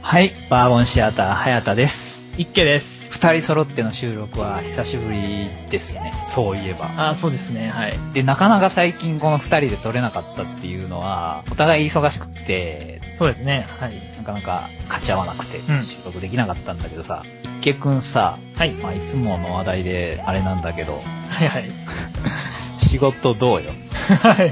はい、バーボンシアター、早田です。一家です。二人揃っての収録は久しぶりですね。そういえば。あ、そうですね、はい。で、なかなか最近この二人で撮れなかったっていうのは、お互い忙しくって、そうですね、はい。なかなか勝ち合わなくてう、ん収録できなかったんだけどさ、一家くんさ、はい。まあ、いつもの話題であれなんだけど、はいはい。仕事どうよはい。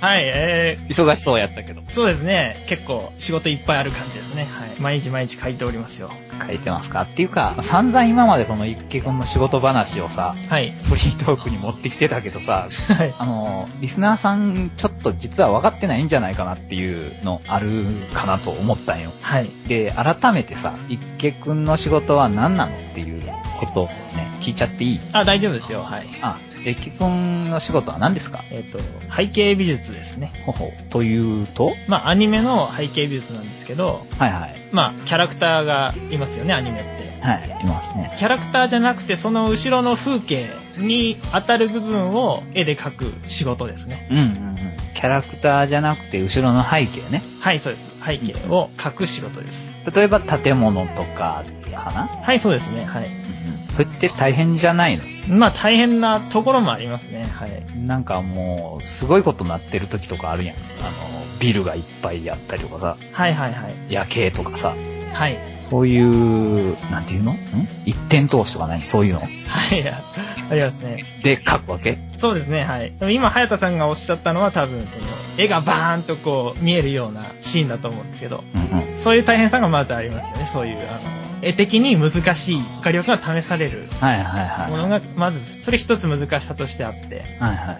はい、え忙しそうやったけど。ー、そうですね、結構仕事いっぱいある感じですね。はい。毎日毎日書いておりますよ。書いてますかっていうか、散々今までその一家くんの仕事話をさ、はい。フリートークに持ってきてたけどさ、はい。あの、リスナーさん、ちょっと実は分かってないんじゃないかなっていうのあるかなと思ったんよ。はい。で、改めてさ、一家くんの仕事は何なのっていうことをね、聞いちゃっていいあ、大丈夫ですよ、はい。あ、一家くんの仕事は何ですかえっ、と、背景美術ですね。ほほ。というとまあ、アニメの背景美術なんですけど、はいはい。まあ、キャラクターがいますよね、アニメって。はい、いますね。キャラクターじゃなくて、その後ろの風景に当たる部分を絵で描く仕事ですね。うんうんうん。キャラクターじゃなくて後ろの背景ね。はい、そうです。背景を描く仕事です。例えば建物とか、かな、はい、そうですね、はい。うんうん、それって大変じゃないのまあ大変なところもありますね。はい。なんかもう、すごいことなってる時とかあるやん。あの、ビルがいっぱいあったりとかさ、はいはいはい。夜景とかさ、はい。そういう、なんていうのん一点投資とかないそういうのはい。 ありますね。で、書くわけそうですね、はい。でも今、早田さんがおっしゃったのは多分、その、絵がバーンとこう、見えるようなシーンだと思うんですけど、うんうん。そういう大変さがまずありますよね。そういう、あの、絵的に難しい画力が試されるはいはいはい。もはいのが、まず、それ一つ難しさとしてあって。はいはいは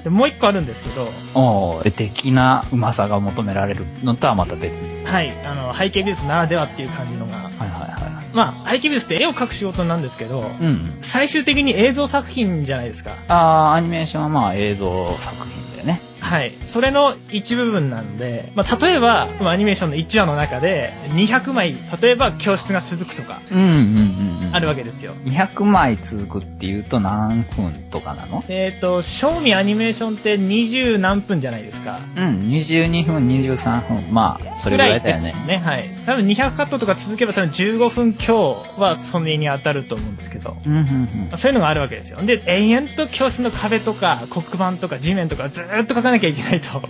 い。で、もう一個あるんですけど、おー、絵的なうまさが求められるのとはまた別に。はい、あの、背景美術ならではっていう感じのが、はいはいはいはまあ、背景美術って絵を描く仕事なんですけど、い。うんうん。最終的に映像作品じゃないですか。あー、アニメーションはまあ映像作品だよね。はい。それの一部分なんで、まあ、例えば、まあアニメーションの1話の中で、200枚、例えば教室が続くとか、うんうんうんうん。あるわけ。けですよ。 200枚続くっていうと何分とかなのえっ、と、賞味アニメーションって20何分じゃないですか。うん、22分、23分。まあ、それぐらいだよねぐ。らいですね。はい。多分200カットとか続けば多分15分強はそれに当たると思うんですけど。うん、うん、うん。そういうのがあるわけですよ。で、延々と教室の壁とか黒板とか地面とかずーっと書かなきゃいけないと。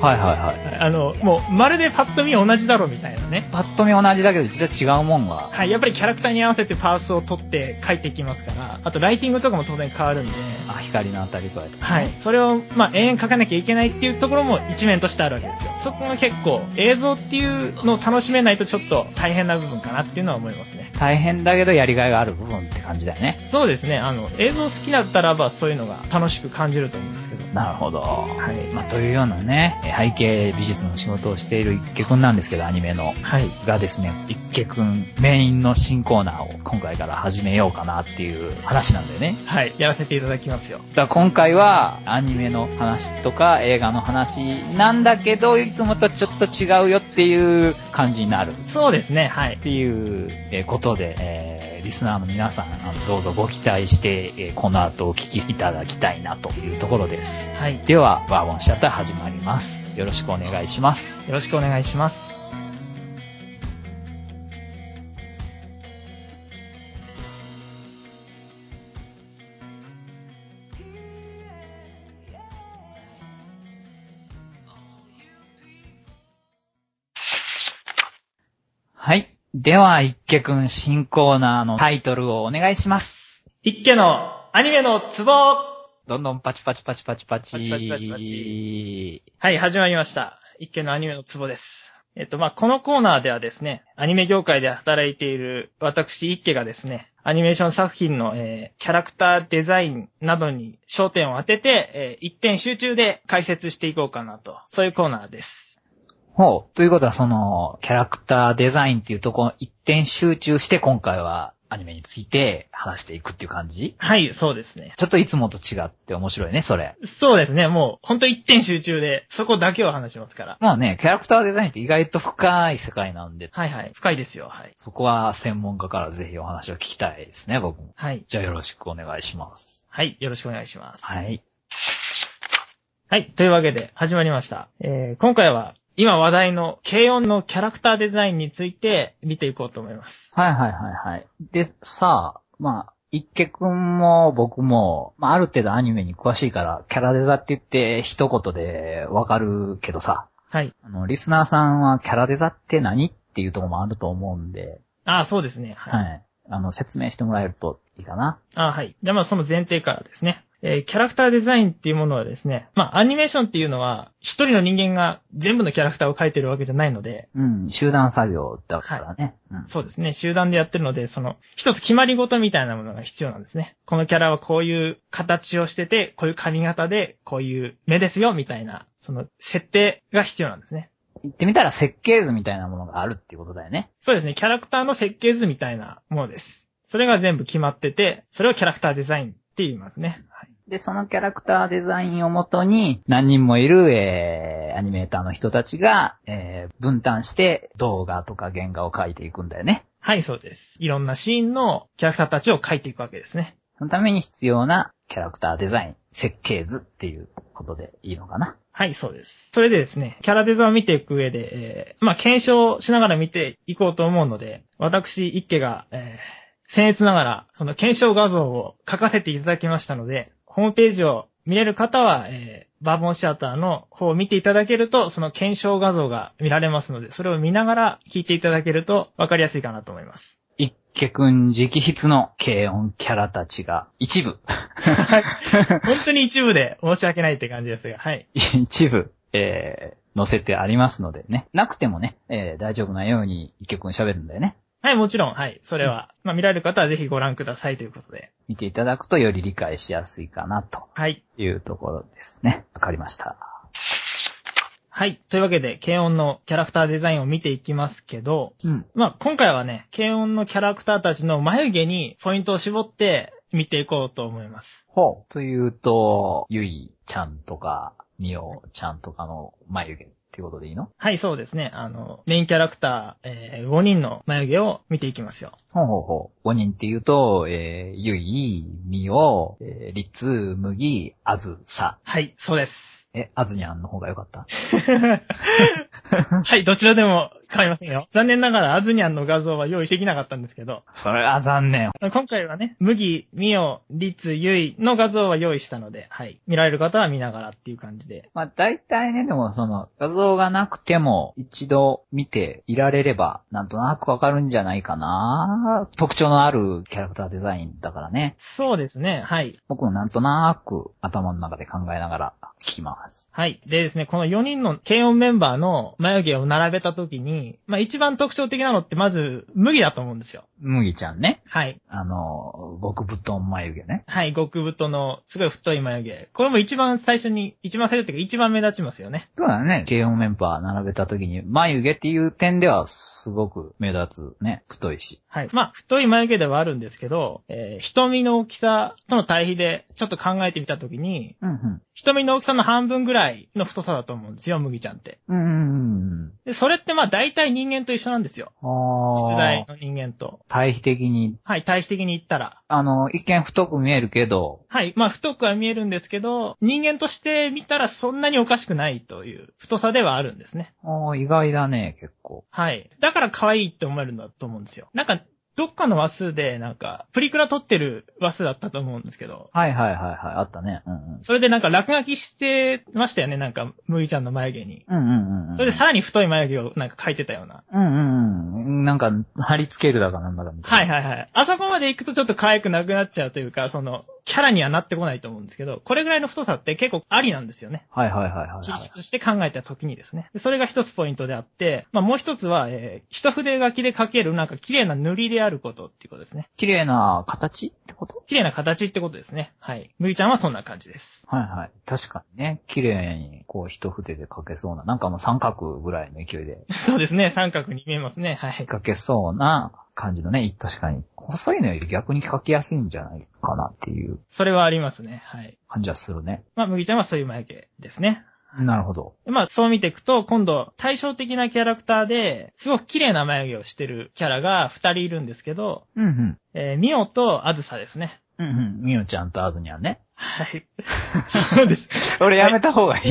はいはいはい。あの、もう、まるでパッと見同じだろみたいなね。パッと見同じだけど、実は違うもんが。はい、やっぱりキャラクターに合わせてパースを取って書いていきますから、あとライティングとかも当然変わるんで、あ、光の当たり具合とか。はい。それを、まあ、永遠書かなきゃいけないっていうところも一面としてあるわけですよ。そこが結構、映像っていうのを楽しめないとちょっと大変な部分かなっていうのは思いますね。大変だけど、やりがいがある部分って感じだよね。そうですね、あの、映像好きだったらばそういうのが楽しく感じると思うんですけど。なるほど。はい。まあ、というようなね、え背景美術の仕事をしている一家くんなんですけど、アニメの。はい。がですね、一家くんメインの新コーナーを今回から始めようかなっていう話なんだよね。はい。やらせていただきますよ。だから今回はアニメの話とか映画の話なんだけど、いつもとちょっと違うよっていう感じになる。そうですね、はいっ。ていうえーことで、えーリスナーの皆さん、あのどうぞご期待して、えーこの後お聞きいただきたいなというところです。はい。よでは、バーボンシアター始まります。よろしくお願いします。ろしくお願いします。はい。では、一家くん新コーナーのタイトルをお願いします。一家のアニメのツボはどんどんパチパチパチパチパチ。パチパチパチパチい、始まりました。一家のアニメのツボです。えっと、まあ、このコーナーではですね、アニメ業界で働いている私一家がですね、アニメーション作品の、えーキャラクターデザインなどに焦点を当てて、えー一点集中で解説していこうかなと、そういうコーナーです。ほう。ということは、その、キャラクターデザインっていうところ一点集中して、今回はアニメについて話していくっていう感じはい、そうですね。ちょっといつもと違って面白いね、それ。そうですね、もう、ほんと一点集中で、そこだけを話しますから。まあね、キャラクターデザインって意外と深い世界なんで、はいはい、深いですよ、はい。そこは専門家からぜひお話を聞きたいですね、僕も。はい。じゃあよろしくお願いします。はい、よろしくお願いします。はい。はい。というわけで、始まりました。えー、今回は、今話題の軽音のキャラクターデザインについて見ていこうと思います。はいはいはいはい。で、さあ、まあ、一家くんも僕も、まあある程度アニメに詳しいから、キャラデザって言って一言でわかるけどさ、はい。あの、リスナーさんはキャラデザって何っていうところもあると思うんで、ああ、そうですね。はい。はい。あの、説明してもらえるといいかな。あはい。じゃあまあその前提からですね。えーキャラクターデザインっていうものはですね、まあアニメーションっていうのは、一人の人間が全部のキャラクターを描いてるわけじゃないので、うん、集団作業だからね。うんそうですね、集団でやってるので、その、一つ決まり事みたいなものが必要なんですね。このキャラはこういう形をしてて、こういう髪型で、こういう目ですよ、みたいな、その、設定が必要なんですね。言ってみたら設計図みたいなものがあるっていうことだよね。そうですね、キャラクターの設計図みたいなものです。それが全部決まってて、それをキャラクターデザインって言いますね。はい。で、そのキャラクターデザインをもとに、何人もいる、えー、アニメーターの人たちが、えー、分担して動画とか原画を描いていくんだよね。はい、そうです。いろんなシーンのキャラクターたちを描いていくわけですね。そのために必要なキャラクターデザイン、設計図っていうことでいいのかな。はい、そうです。それでですね、キャラデザを見ていく上で、えーまあ、検証しながら見ていこうと思うので、私、一家が、えー、僭越ながら、その検証画像を書かせていただきましたので、ホームページを見れる方は、えー、バーボンシアターの方を見ていただけると、その検証画像が見られますので、それを見ながら聞いていただけると分かりやすいかなと思います。一家くん直筆の軽音キャラたちが一部、 本当に一部で申し訳ないって感じですが、はい。一部、えー、載せてありますのでね。なくてもね、えー、大丈夫なように一家くん喋るんだよね。はい、もちろん、はい。それは、まあ、見られる方はぜひご覧くださいということで。見ていただくとより理解しやすいかなとはい。いうところですね。わかりました。はい。というわけで、軽音のキャラクターデザインを見ていきますけど、うん。まあ、今回はね、軽音のキャラクターたちの眉毛にポイントを絞って見ていこうと思います。ほう。というと、ゆいちゃんとか、みおちゃんとかの眉毛っていうことでいいのはい、そうですね。あの、メインキャラクター、えー5人の眉毛を見ていきますよ。ほうほうほう。5人っていうと、えー、ゆい、みお、えー、りつ、むぎ、あずさ。はい、そうです。え、あずにゃんの方が良かったはい、どちらでも構いませんよ。残念ながら、アズニャンの画像は用意できなかったんですけど、それは残念。今回はね、麦、ミオ、リツ、ユイの画像は用意したので、はい。見られる方は見ながらっていう感じで。まあ大体ね、でもその画像がなくても一度見ていられればなんとなくわかるんじゃないかな。特徴のあるキャラクターデザインだからね。そうですね、はい。僕もなんとなく頭の中で考えながら聞きます。はい。でですね、この4人の軽音メンバーの眉毛を並べた時に、まあ一番特徴的なのってまず、麦だと思うんですよ。麦ちゃんね。はい。あの、極太眉毛ね。はい、極太のすごい太い眉毛。これも一番最初に、一番最初っていうか一番目立ちますよね。そうだね。軽音メンバー並べた時に眉毛っていう点ではすごく目立つね。太いし。はい。まあ、太い眉毛ではあるんですけど、えー瞳の大きさとの対比でちょっと考えてみた時に、うんうん。瞳の大きさの半分ぐらいの太さだと思うんですよ、麦ちゃんって。うんうんうん。で、それってまあ大体人間と一緒なんですよ。実在ああ。の人間と。対比的に、はい、対比的に言ったら。あの、一見太く見えるけど、はい、まあ太くは見えるんですけど、人間として見たらそんなにおかしくないという太さではあるんですね。おー意外だね、結構。はい。だから可愛いって思えるんだと思うんですよ。なんか、どっかの話数で、なんか、プリクラ撮ってる話数だったと思うんですけど、はいはいはいはい、あったね。うんうん。それでなんか落書きしてましたよね、なんか、むぎちゃんの眉毛に。うんうんうんうん。それでさらに太い眉毛をなんか描いてたような。うんうんうん。なんか、貼り付けるだかなんだかみたはいいな。はいはい。あそこまで行くとちょっと可愛くなくなっちゃうというか、その、キャラにはなってこないと思うんですけど、これぐらいの太さって結構ありなんですよね。はい。はいはいはいはい。記述として考えた時にですね。でそれが一つポイントであって、まあもう一つは、えー一筆書きで書けるなんか綺麗な塗りであることっていうことですね。綺麗な形ってこと綺麗な形ってことですね。はい。むぎちゃんはそんな感じです。 はいはい。確かにね、綺麗に、こう、一筆で描けそうな、なんかもう三角ぐらいの勢いでそうですね。三角に見えますね。はい。描けそうな感じのね、確かに。細いのより逆に描きやすいんじゃないかなっていうそれはありますね。はい。感じはするね。まあ、むぎちゃんはそういう眉毛ですね。なるほど。でまあ、そう見ていくと、今度、対照的なキャラクターで、すごく綺麗な眉毛をしてるキャラが二人いるんですけど、うんうん。えー、ミオとアズサですね。うんうん。みおちゃんとあずにゃんね。はい。そうです。 俺やめた方がいいい。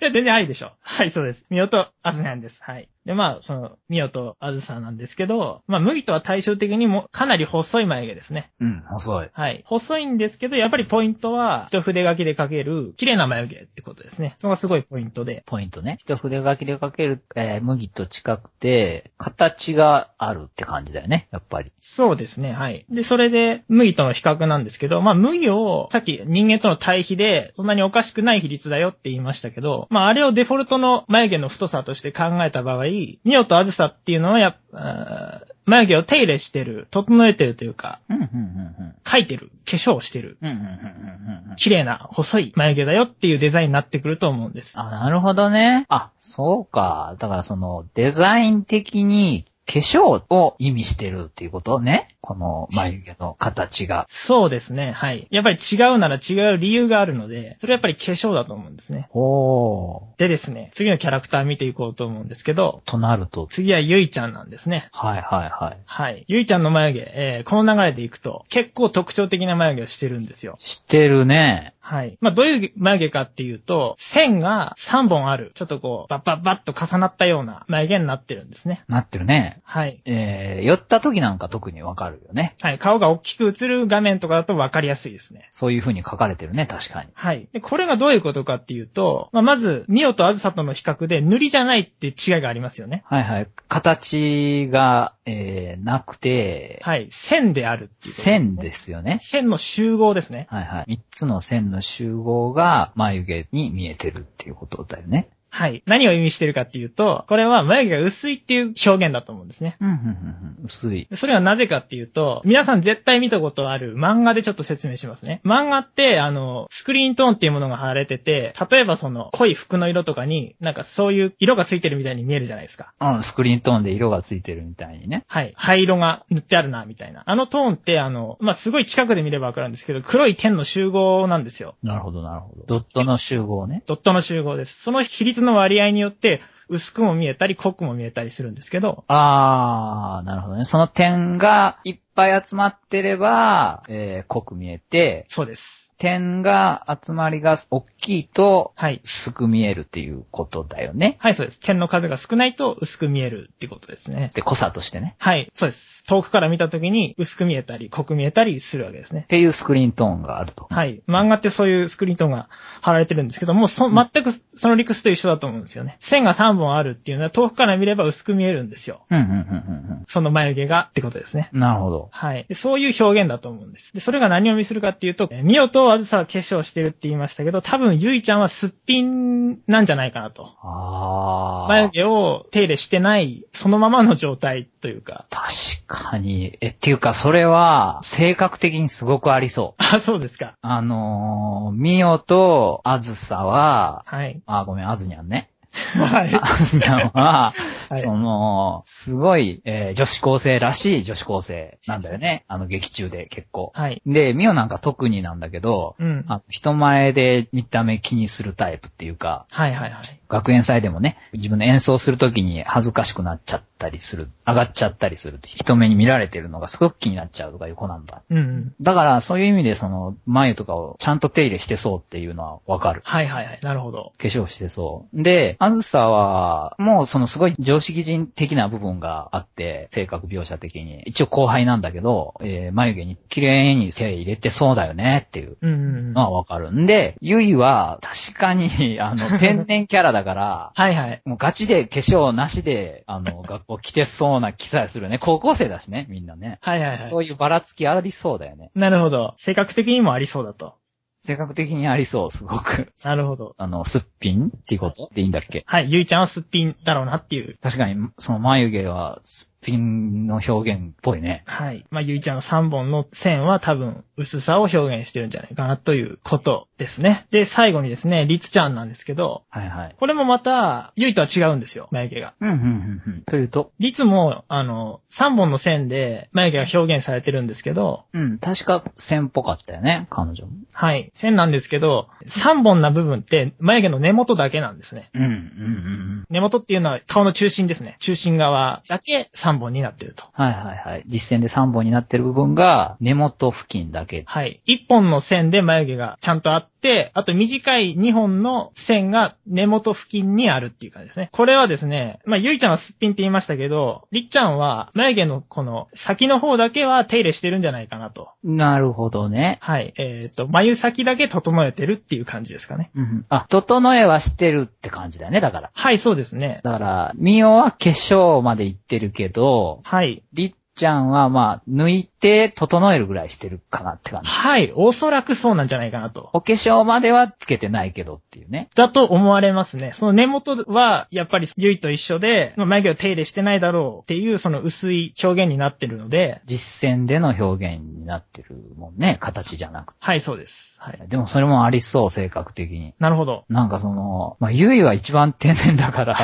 や、全然愛でしょ。はい、そうです。ミオとアズなんです。はい。で、まあ、その、ミオとアズさんなんですけど、まあ、麦とは対照的にも、かなり細い眉毛ですね。うん、細い。はい。細いんですけど、やっぱりポイントは、一筆書きで描ける、綺麗な眉毛ってことですね。そこがすごいポイントで。ポイントね。一筆書きで書ける、えー麦と近くて、形があるって感じだよね、やっぱり。そうですね、はい。で、それで、麦との比較なんですけど、まあ、麦を、さっき人間との対比で、そんなにおかしくない比率だよって言いましたけど、まあ、あれをデフォルトの眉毛の太さとして考えた場合、ミオとアズサっていうのはやっぱ、あー眉毛を手入れしてる、整えてるというか、うん、うん、うん、描いてる、化粧をしてる、うん。うん、うん、うん、うん、うん。綺麗な、細い眉毛だよっていうデザインになってくると思うんです。あ、なるほどね。あ、そうか。だからその、デザイン的に、化粧を意味してるっていうことね。この眉毛の形が。そうですね。はい。やっぱり違うなら違う理由があるので、それはやっぱり化粧だと思うんですね。おー。でですね、次のキャラクター見ていこうと思うんですけど、となると、次はゆいちゃんなんですね。はいはいはい。はい。ゆいちゃんの眉毛、えー、この流れでいくと、結構特徴的な眉毛をしてるんですよ。してるね。はい。まあ、どういう眉毛かっていうと、線が3本ある、ちょっとこう、バッバッバッと重なったような眉毛になってるんですね。なってるね。はい。えー、寄った時なんか特にわかるよね。はい。顔が大きく映る画面とかだと分かりやすいですね。そういう風に書かれてるね、確かに。はい。で、これがどういうことかっていうと、まあ、まず、ミオとアズサとの比較で、塗りじゃないって違いがありますよね。はいはい。形が、えー、なくて、はい。線であるっていうこと、線ですよね。線の集合ですね。はいはい。三つの線の集合が眉毛に見えてるっていうことだよね。はい。何を意味してるかっていうと、これは眉毛が薄いっていう表現だと思うんですね。うん、うん、うん。薄い。でそれはなぜかっていうと、皆さん絶対見たことある漫画でちょっと説明しますね。漫画って、あの、スクリーントーンっていうものが貼られてて、例えばその濃い服の色とかに、なんかそういう色がついてるみたいに見えるじゃないですか。うん、スクリーントーンで色がついてるみたいにね。はい。灰色が塗ってあるな、みたいな。あのトーンって、あの、まあ、すごい近くで見ればわかるんですけど、黒い点の集合なんですよ。なるほど、なるほど。ドットの集合ね。ドットの集合です。その比率の割合によって、薄くも見えたり、濃くも見えたりするんですけど、あー、なるほどね。その点がいっぱい集まってれば、えー、濃く見えて、そうです。点が集まりが大きいと、はい。薄く見えるっていうことだよね。はい、そうです。点の数が少ないと薄く見えるってことですね。で、濃さとしてね。はい、そうです。遠くから見た時に薄く見えたり、濃く見えたりするわけですねっ。ていうスクリーントーンがあると。はい。漫画ってそういうスクリーントーンが貼られてるんですけども、そ、全くその理屈と一緒だと思うんですよね。線が3本あるっていうのは遠くから見れば薄く見えるんですよ。うんうんうんうんその眉毛がってことですね。うん。なるほど。はい。でそういう表現だと思うんです。で、それが何を意味するかっていうと、えーミオとアズサは化粧してるって言いましたけど、多分ユイちゃんはすっぴんなんじゃないかなと。あ眉ー。毛を手入れしてない、そのままの状態というか。 確かに。え、っていうか、それは、性格的にすごくありそう。あ、そうですか。あのー、ミオとアズサは、はい。あ、ごめん、アズニャンね。はアズニャン は、はいその、すごい、えー女子高生らしい女子高生なんだよね。あの劇中で結構い。。はい。で、ミオなんか特になんだけど、うん。あの人前で見た目気にするタイプっていうか、はいはいはい。学園祭でもね、自分の演奏するときに恥ずかしくなっちゃったりする、上がっちゃったりする、人目に見られてるのがすごく気になっちゃうとかいう子なんだ。うんうん。だから、そういう意味で、その、眉とかをちゃんと手入れしてそうっていうのはわかる。はいはいはい。なるほど。化粧してそう。で、あずさは、もうそのすごい常識人的な部分があって、性格描写的に。一応後輩なんだけど、えー眉毛に綺麗に手入れてそうだよねっていううんうんうん。のはわかる。んで、ゆいは確かに、あの、天然キャラだから、はいはい。もうガチで化粧なしで、あの、 学校着てそうな気さえするよね。高校生だしね、みんなね。はいはいはそういうばらつきありそうだよね。い。なるほど。性格的にもありそうだと。性格的にありそう、すごく。 なるほど。あの、すっぴんっていうことでいいんだっけはい。ゆいちゃんはすっぴんだろうなっていう。確かに、その眉毛はすっぴんの表現っぽいね。はい。まあ、ゆいちゃんの3本の線は多分薄さを表現してるんじゃないかなということですね。で、最後にですね、りつちゃんなんですけど、はいはい。これもまた、ゆいとは違うんですよ、眉毛が。うん、うん、うん、うん。というと、りつも、あの、3本の線で眉毛が表現されてるんですけど、うん、確か線っぽかったよね、彼女も。はい、線なんですけど、3本な部分って眉毛の根元だけなんですね。うん、うん、うん。根元っていうのは顔の中心ですね。中心側だけ3 3本になってると。はいはいはい。実践で3本になってる部分が根元付近だけ。はい。1本の線で眉毛がちゃんとあって、あと短い2本の線が根元付近にあるっていう感じですね。これはですね、まあ、ゆいちゃんはすっぴんって言いましたけど、りっちゃんは眉毛のこの先の方だけは手入れしてるんじゃないかなと。なるほどね。はい。えっ、と、眉先だけ整えてるっていう感じですかね。うん。あ、整えはしてるって感じだよね、だから。はい、そうですね。だから、ミオは化粧まで行ってるけど、はい。りっちゃんはまあ、抜いて整えるぐらいしてるかなって感じ。はい。おそらくそうなんじゃないかなと。お化粧まではつけてないけどっていうね。だと思われますね。その根元は、やっぱり、ゆいと一緒で、まあ眉毛を手入れしてないだろうっていう、その薄い表現になってるので、実践での表現になってるもんね、形じゃなくて。はい、そうです。はい。でもそれもありそう、性格的に。なるほど。なんかその、まあ、ゆいは一番天然だ から、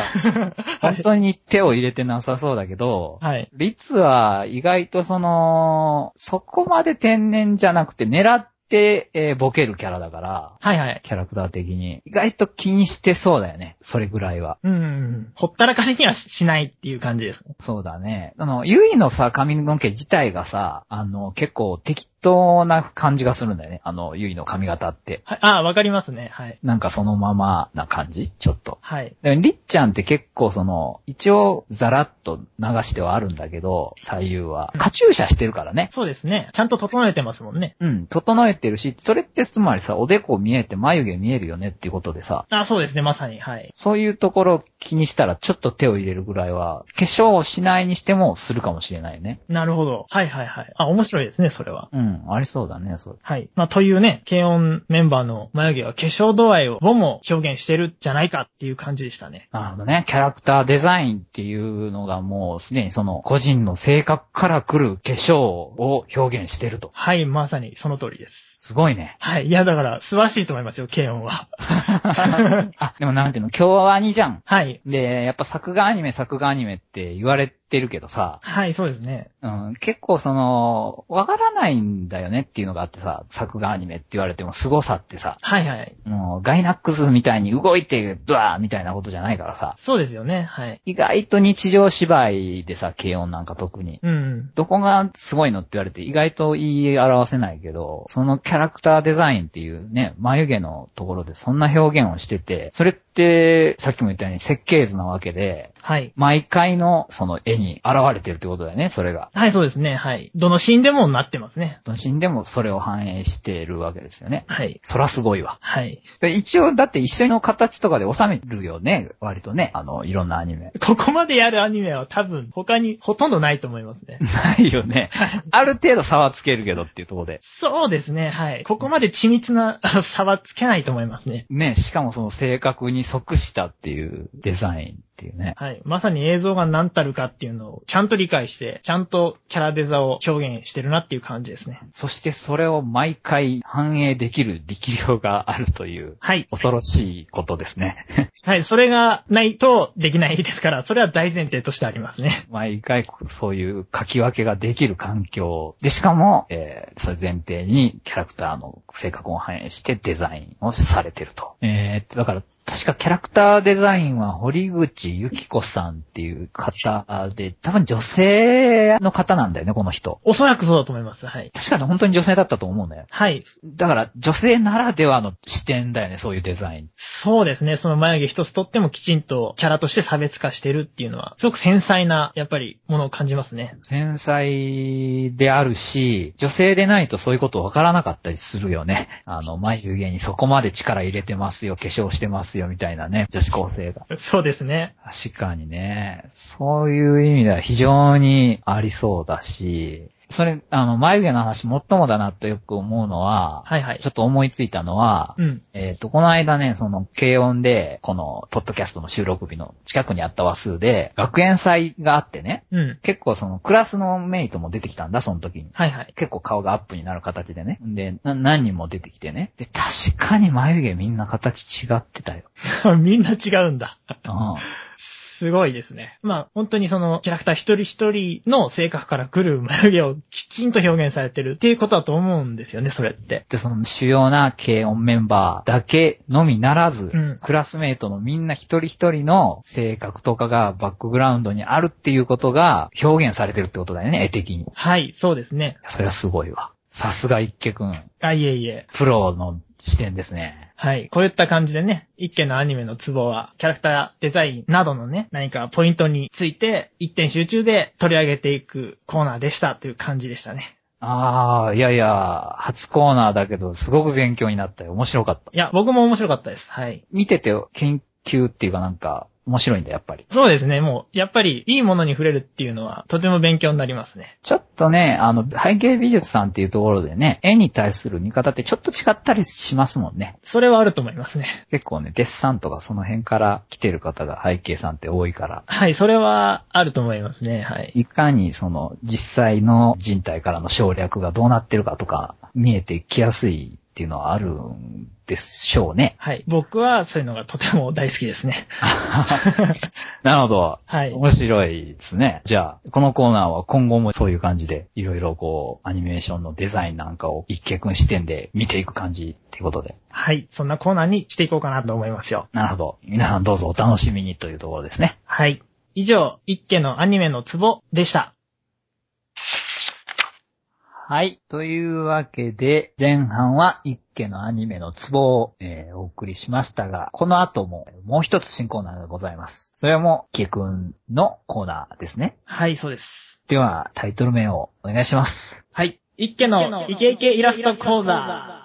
本当に手を入れてなさそうだけど、はい。リツは意外とその、そこまで天然じゃなくて狙って、えーボケるキャラだから、はいはい。キャラクター的に。意外と気にしてそうだよね。それぐらいは。うんうんうん。ほったらかしにはししないっていう感じですね。そうだね。あの、ゆいのさ、髪の毛自体がさ、あの、結構適当な感じがするんだよね。あの、ゆいの髪型って。はい。ああ、わかりますね。はい。なんかそのままな感じちょっと。はい。でもりっちゃんって結構その、一応ザラッと流してはあるんだけど、左右は。カチューシャしてるからね。そうですね。ちゃんと整えてますもんね。うん、整えてるし、それってつまりさ、おでこ見えて眉毛見えるよねっていうことでさ、あそうですね。まさに。はい。そういうところを気にしたらちょっと手を入れるぐらいは、化粧をしないにしてもするかもしれないよね。なるほど。はいはいはい。あ、面白いですね、それは。うん、ありそうだね、それ。はい。まあ、というね、軽音メンバーの眉毛は化粧度合いを5も表現してるんじゃないかっていう感じでしたね。なるほどね。キャラクターデザインっていうのがもうすでにその個人の性格から来る化粧を表現してると。はい、まさにその通りです。すごいね。 はい。いや、だから、素晴らしいと思いますよ、軽音は。あ、でもなんていうの、今日はにじゃん。はい。で、やっぱ作画アニメ作画アニメって言われてるけどさ、はい、そうですね。うん、結構その、わからないんだよねっていうのがあってさ、作画アニメって言われても凄さってさ、はいはい。もうガイナックスみたいに動いて、ドワーみたいなことじゃないからさ、そうですよね、はい。意外と日常芝居でさ、軽音なんか特に。うんうん。どこがすごいのって言われて意外と言い表せないけど、そのキャラクターデザインっていうね、眉毛のところでそんな表現をしてて、それってさっきも言ったように設計図なわけで、はい。毎回のその絵に現れてるってことだよね、それが。はい、そうですね、はい。どのシーンでもなってますね。どのシーンでもそれを反映しているわけですよね。はい。そらすごいわ。はい。で一応、だって一緒の形とかで収めるよね、割とね。あの、いろんなアニメ。 ここまでやるアニメは多分他にほとんどないと思いますね。ないよね。ある程度差はつけるけどっていうところで。そうですね、はい。ここまで緻密なあの差はつけないと思いますね。ね、しかもその性格に即したっていうデザインっていうね。はい。まさに映像が何たるかっていうのをちゃんと理解して、ちゃんとキャラデザを表現してるなっていう感じですね。そしてそれを毎回反映できる力量があるというはい。恐ろしいことですね。はい。それがないとできないですから、それは大前提としてありますね。毎回そういう書き分けができる環境で、しかも、えーそれ前提にキャラクターの性格を反映してデザインをされてると。えーだから確かキャラクターデザインは堀口由紀子さんっていう方で、多分女性の方なんだよね、この人。おそらくそうだと思います。はい。確かに本当に女性だったと思うんだよ。はい。だから女性ならではの視点だよね、そういうデザイン。そうですね。その眉毛一つとってもきちんとキャラとして差別化してるっていうのは、すごく繊細な、やっぱり、ものを感じますね。繊細であるし、女性でないとそういうことわからなかったりするよね。あの、眉毛にそこまで力入れてますよ、化粧してますよ、みたいなね、女子高生が。そうですね。確かにね、そういう意味では非常にありそうだし、それ、あの、眉毛の話もっともだなとよく思うのは、はいはいちょ。っと思いついたのは、うん。えっ、と、この間ね、その、軽音で、この、ポッドキャストの収録日の近くにあった話数で、学園祭があってね、うん。結構そのクラスのメイトも出てきたんだ、その時に。はい はい。結構顔がアップになる形でね。で、な何人も出てきてね。で、確かに眉毛みんな形違ってたよ。みんな違うんだ。うん。すごいですね。まあ、本当にその、キャラクター一人一人の性格から来る眉毛をきちんと表現されてるっていうことだと思うんですよね、それって。で、その主要な軽音メンバーだけのみならず、うんクラスメイトのみんな一人一人の性格とかがバックグラウンドにあるっていうことが表現されてるってことだよね、絵的に。はい、そうですね。それはすごいわ。さすが一家くん。あ、いえいえ。プロの視点ですね。はい。こういった感じでね、一件のアニメのツボは、キャラクターデザインなどのね、何かポイントについて、一点集中で取り上げていくコーナーでしたという感じでしたね。ああ、いやいや、初コーナーだけど、すごく勉強になったよ。面白かった。いや、僕も面白かったです。はい。見てて研究っていうかなんか、面白いんだ、やっぱり。そうですね、もう、やっぱり、いいものに触れるっていうのは、とても勉強になりますね。ちょっとね、あの、背景美術さんっていうところでね、絵に対する見方ってちょっと違ったりしますもんね。それはあると思いますね。結構ね、デッサンとかその辺から来てる方が背景さんって多いから、はい、それはあると思いますね。はい。いかにその実際の人体からの省略がどうなってるかとか、見えてきやすいっていうのはあるんでしょうね。はい。僕はそういうのがとても大好きですね。なるほど。はい。面白いですね。じゃあ、このコーナーは今後もそういう感じで、いろいろこう、アニメーションのデザインなんかを一見君視点で見ていく感じっていうことで。はい。そんなコーナーにしていこうかなと思いますよ。なるほど。皆さんどうぞお楽しみにというところですね。はい。以上、一家のアニメのツボでした。はい。というわけで、前半は一家のアニメのツボを、えーお送りしましたが、この後ももう一つ新コーナーがございます。それも、一家くんのコーナーですね。はい、そうです。では、タイトル名をお願いします。はい。一家のイケイケイラスト講座。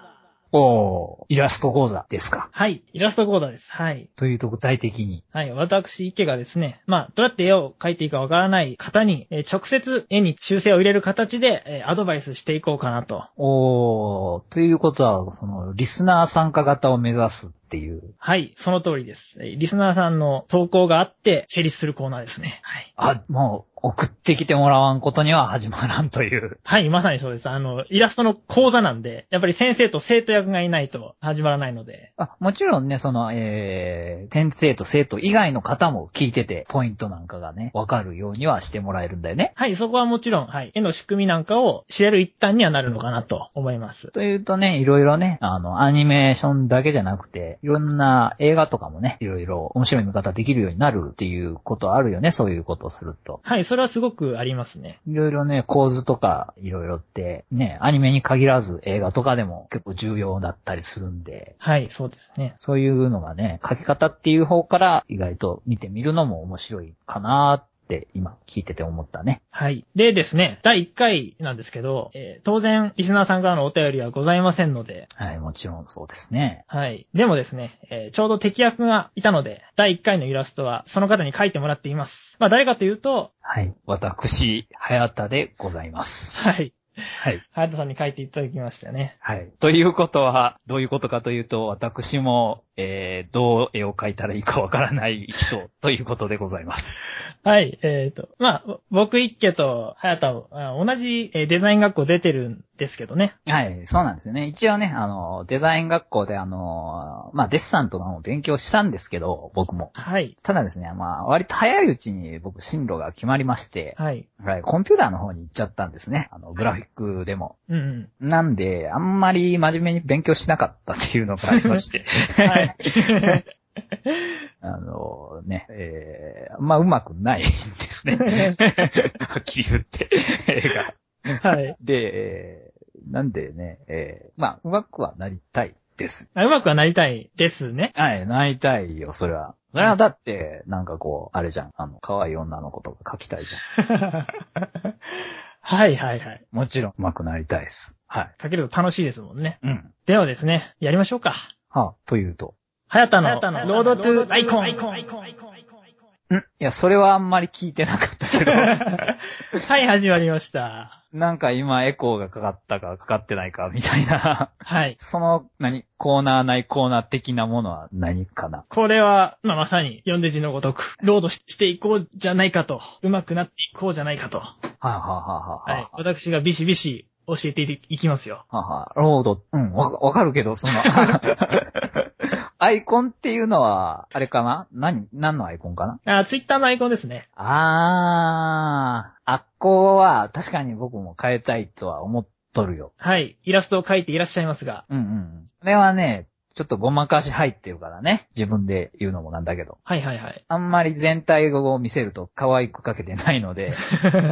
おー、イラスト講座ですか。はい。イラスト講座です。はい。というと具体的に。はい。私、池がですね、まあ、どうやって絵を描いていいかわからない方に、えー直接絵に修正を入れる形で、えーアドバイスしていこうかなと。おー、ということは、その、リスナー参加型を目指すっていう。はい。その通りです。えーリスナーさんの投稿があって、成立するコーナーですね。はい。あ、もう、送ってきてもらわんことには始まらんという。はい、まさにそうです。あの、イラストの講座なんで、やっぱり先生と生徒役がいないと始まらないので、あ、もちろんね、その、えー、先生と生徒以外の方も聞いてて、ポイントなんかがね、わかるようにはしてもらえるんだよね。はい、そこはもちろん、はい、絵の仕組みなんかを知れる一端にはなるのかなと思います。というとね、いろいろね、あの、アニメーションだけじゃなくて、いろんな映画とかもね、いろいろ面白い見方できるようになるっていうことあるよね、そういうことをすると。はい、それはすごくありますね。いろいろね、構図とか、いろいろって、ね、アニメに限らず映画とかでも結構重要だったりするんで、はい、そうですね。そういうのがね、書き方っていう方から意外と見てみるのも面白いかなって今聞いてて思ったね。はい。でですね、第1回なんですけど、えー当然、リスナーさんからのお便りはございませんので、はい、もちろんそうですね。はい。でもですね、えーちょうど敵役がいたので、第1回のイラストはその方に描いてもらっています。まあ誰かというと、はい。私、早田でございます。はい。はい。ハヤトさんに描いていただきましたね。はい。ということは、どういうことかというと、私も、えー、どう絵を描いたらいいかわからない人ということでございます。はい、えっ、と、まあ、僕一家と早田も、あ同じえーデザイン学校出てるんですけどね。はい、そうなんですよね。一応ね、あの、デザイン学校であの、まあ、デッサンとかも勉強したんですけど、僕も。はい、ただですね、まあ、割と早いうちに僕進路が決まりまして、はい。はい、コンピューターの方に行っちゃったんですね。あの、グラフィックでも。うん、うん。なんで、あんまり真面目に勉強しなかったっていうのがありまして。 はい。あのね、えー、まあ、うまくないんですね。はっきり言って、映画。はい。で、えーなんでね、えーまあ、うまくはなりたいです。あうまくはなりたいですね。 はい、なりたいよ、それは。それはだって、なんかこう、あれじゃん。あの、可愛い女の子とか描きたいじゃん。はい、はい、はい。もちろん、うまくなりたいです。はい。かけると楽しいですもんね。うん。ではですね、やりましょうか。はあ、というと。早田のロードトゥアイコン。はんいや、それはあんまり聞いてなかったけど、 い、始まりました。なんか今エコーがかかったかかかってないか、みたいな。 はい。その、何、コーナーないコーナー的なものは何かなこれは、まあ、まさに、読んで字のごとく、ロードししていこうじゃないかと、うまくなっていこうじゃないかと、はあ、はあはあはいは。あ私がビシビシ教えていきますよ。はあはあロード、うん、わかわかるけど、その、あアイコンっていうのは、あれかな何、何のアイコンかなあ、ツイッターのアイコンですね。あー、あっこは確かに僕も変えたいとは思っとるよ。はい。イラストを描いていらっしゃいますが。うんうんうん。これはね、ちょっとごまかし入ってるからね。自分で言うのもなんだけど。はいはいはい。あんまり全体を見せると可愛く描けてないの で、あの、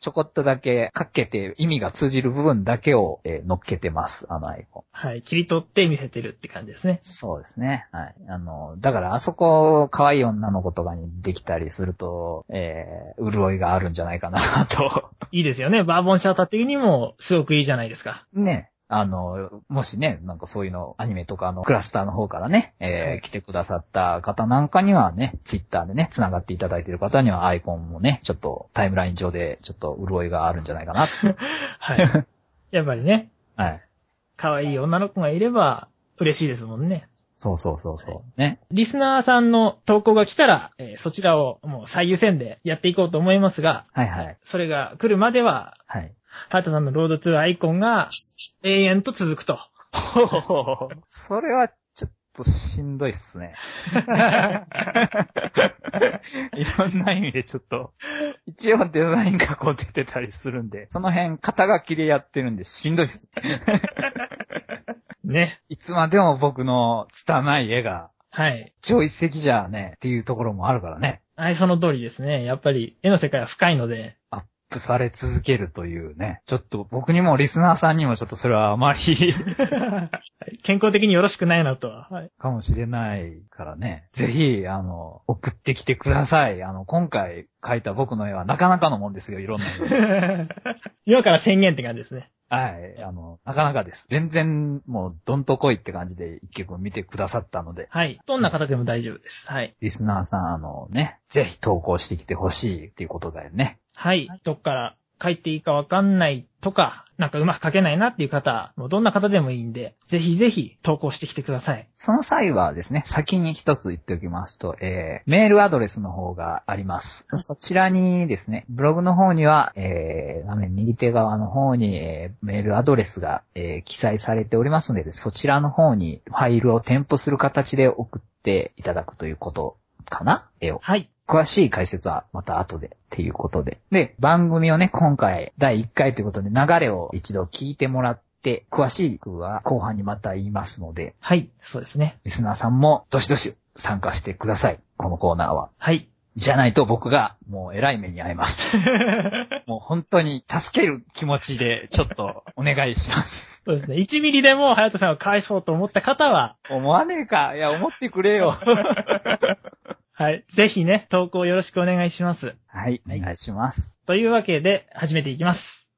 ちょこっとだけ描けて意味が通じる部分だけを、えー乗っけてます。あのアイコン。 はい。切り取って見せてるって感じですね。そうですね。はい。あの、だからあそこ、可愛い女の子とかにできたりすると、えー、潤いがあるんじゃないかなと。いいですよね。バーボンシャータ的にも、すごくいいじゃないですか。ね。あの、もしね、なんかそういうの、アニメとかのクラスターの方からね、はえいー、来てくださった方なんかにはね、ツイッターでね、繋がっていただいている方にはアイコンもね、ちょっとタイムライン上で、ちょっと潤いがあるんじゃないか な。はい。やっぱりね、はい。可愛い女の子がいれば、嬉しいですもんね。そうそうそうそう。ね。リスナーさんの投稿が来たら、えーそちらをもう最優先でやっていこうと思いますが、はいはい。それが来るまでは、はい。ハタさんのロードトゥーアイコンが永遠と続く と。それは、ちょっとしんどいっすね。 いろんな意味でちょっと、一応デザインがこう出てたりするんで、その辺肩書きでやってるんでしんどいっす。ね。いつまでも僕の拙い絵が、はい。上一石じゃね、っていうところもあるからね。はい、その通りですね。やっぱり絵の世界は深いので、アップされ続けるというね。ちょっと僕にもリスナーさんにもちょっとそれはあまり 健康的によろしくないなとは。はい。かもしれないからね。ぜひ、あの、送ってきてください。あの、今回描いた僕の絵はなかなかのもんですよ、いろんな の。 今から宣言って感じですね。はい。あの、なかなかです。全然、もう、どんと来いって感じで一曲見てくださったので、はい。どんな方でも大丈夫です。はい。リスナーさん、あのね、ぜひ投稿してきてほしいっていうことだよね。はい。どっから書いていいかわかんないとか、なんかうまく書けないなっていう方、もうどんな方でもいいんで、ぜひぜひ投稿してきてください。その際はですね、先に一つ言っておきますと、えー、メールアドレスの方があります。そちらにですね、ブログの方には、えー、画面右手側の方に、えー、メールアドレスが、えー記載されておりますので、そちらの方にファイルを添付する形で送っていただくということかな絵を。はい。詳しい解説はまた後でっていうことで。で、番組をね、今回第1回ということで流れを一度聞いてもらって、詳しくは後半にまた言いますので、はい。そうですね。リスナーさんもどしどし参加してください。このコーナーは。はい。じゃないと僕がもう偉い目に遭い ます。もう本当に助ける気持ちでちょっとお願いします。そうですね。1ミリでも、ハヤトさんを返そうと思った方は、思わねえか。いや、思ってくれよ。はい。ぜひね、投稿よろしくお願いします。はい、お願いします。というわけで、始めていきます。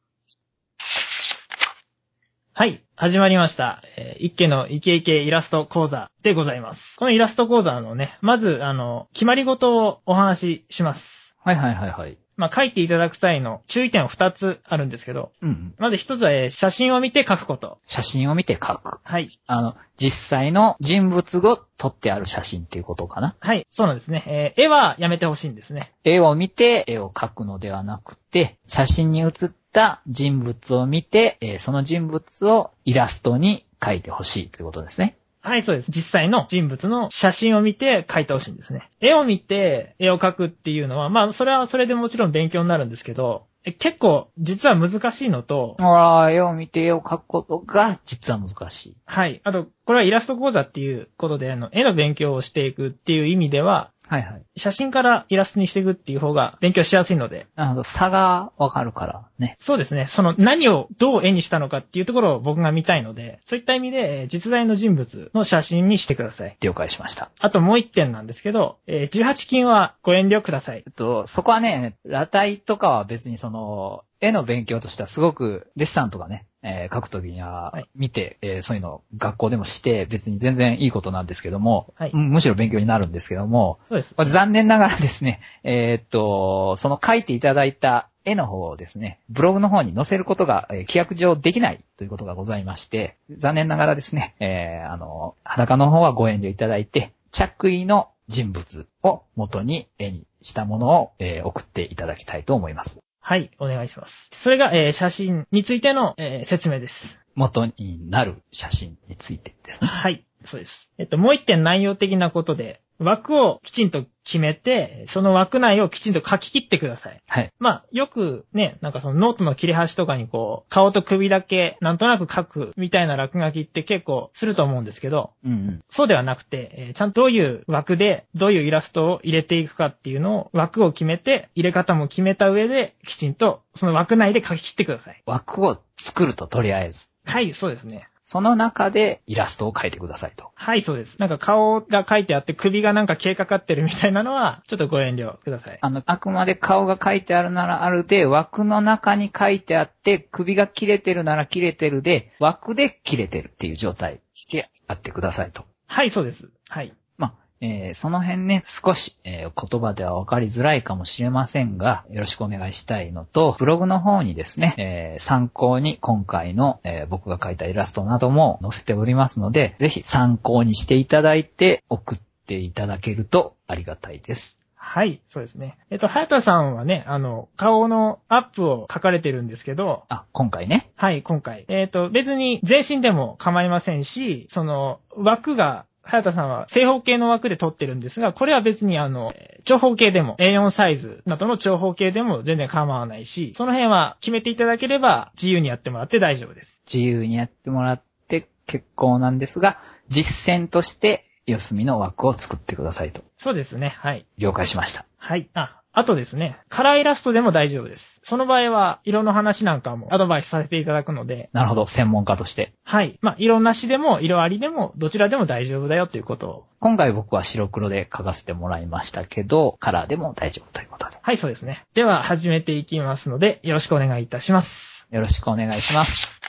はい。始まりました。えー一家のイケイケイラスト講座でございます。このイラスト講座のね、まず、あの、決まり事をお話しします。はいはいはいはい。まあ、書いていただく際の注意点は2つあるんですけど、うんうん。まず1つは、えー写真を見て書くこと。写真を見て書く。はい。あの、実際の人物を撮ってある写真っていうことかな。はい、そうなんですね。えー絵はやめてほしいんですね。絵を見て絵を描くのではなくて、写真に写った人物を見て、えーその人物をイラストに描いてほしいということですね。はい、そうです。実際の人物の写真を見て描いてほしいんですね。絵を見て絵を描くっていうのは、まあ、それはそれでもちろん勉強になるんですけど、え結構実は難しいのと、ああ、絵を見て絵を描くことが実は難しい。はい。あと、これはイラスト講座っていうことで、あの、絵の勉強をしていくっていう意味では、はいはい。写真からイラストにしていくっていう方が勉強しやすいので、なるほど。差がわかるからね。そうですね。その何をどう絵にしたのかっていうところを僕が見たいので、そういった意味で、えー実在の人物の写真にしてください。了解しました。あともう一点なんですけど、えー18金はご遠慮くださいえ。っと、そこはね、裸体とかは別にその、絵の勉強としてはすごく、デッサンとかね、えー描くときにははい見て、えーそういうのを学校でもして、別に全然いいことなんですけども、はいうんむしろ勉強になるんですけども、そうです。まあ残念ながらですね、えーっと、その描いていただいた絵の方をですね、ブログの方に載せることが、えー規約上できないということがございまして、残念ながらですね、えーあの、裸の方はご遠慮いただいて、着衣の人物を元に絵にしたものを、えー送っていただきたいと思います。はい、お願いします。それが、えー写真についての、えー説明です。元になる写真についてですね。はい。そうです。えっと、もう一点内容的なことで、枠をきちんと決めて、その枠内をきちんと書き切ってください。はい。まあ、よくね、なんかそのノートの切れ端とかにこう、顔と首だけなんとなく書くみたいな落書きって結構すると思うんですけど、うんうん。そうではなくて、えーちゃんとどういう枠で、どういうイラストを入れていくかっていうのを枠を決めて、入れ方も決めた上で、きちんとその枠内で書き切ってください。枠を作ると、とりあえず。はい、そうですね。その中でイラストを描いてくださいと。はい、そうです。なんか顔が書いてあって首がなんか消えかかってるみたいなのは、ちょっとご遠慮ください。あの、あくまで顔が描いてあるならあるで、枠の中に描いてあって、首が切れてるなら切れてるで、枠で切れてるっていう状態であってくださいと。はい、そうです。はい。まあ、えーその辺ね、少し、えー言葉では分かりづらいかもしれませんが、よろしくお願いしたいのと、ブログの方にですね、えー参考に今回の、えー僕が描いたイラストなども載せておりますので、ぜひ参考にしていただいて送っていただけるとありがたいです。はい、そうですね。えっと、早田さんはね、あの、顔のアップを書かれてるんですけど、あ、今回ね。はい、今回。えっ、と、別に全身でも構いませんし、その、枠が、早田さんは正方形の枠で撮ってるんですが、これは別にあの、えー長方形でも A4 サイズなどの長方形でも全然構わないし、その辺は決めていただければ自由にやってもらって大丈夫です。自由にやってもらって結構なんですが、実践として四隅の枠を作ってくださいと。そうですね、はい。了解しました。はい。あ、あとですね、カラーイラストでも大丈夫です。その場合は、色の話なんかもアドバイスさせていただくので、なるほど、専門家として。はい。まあ、色なしでも、色ありでも、どちらでも大丈夫だよということを。今回僕は白黒で書かせてもらいましたけど、カラーでも大丈夫ということで。はい、そうですね。では、始めていきますので、よろしくお願いいたします。よろしくお願いします。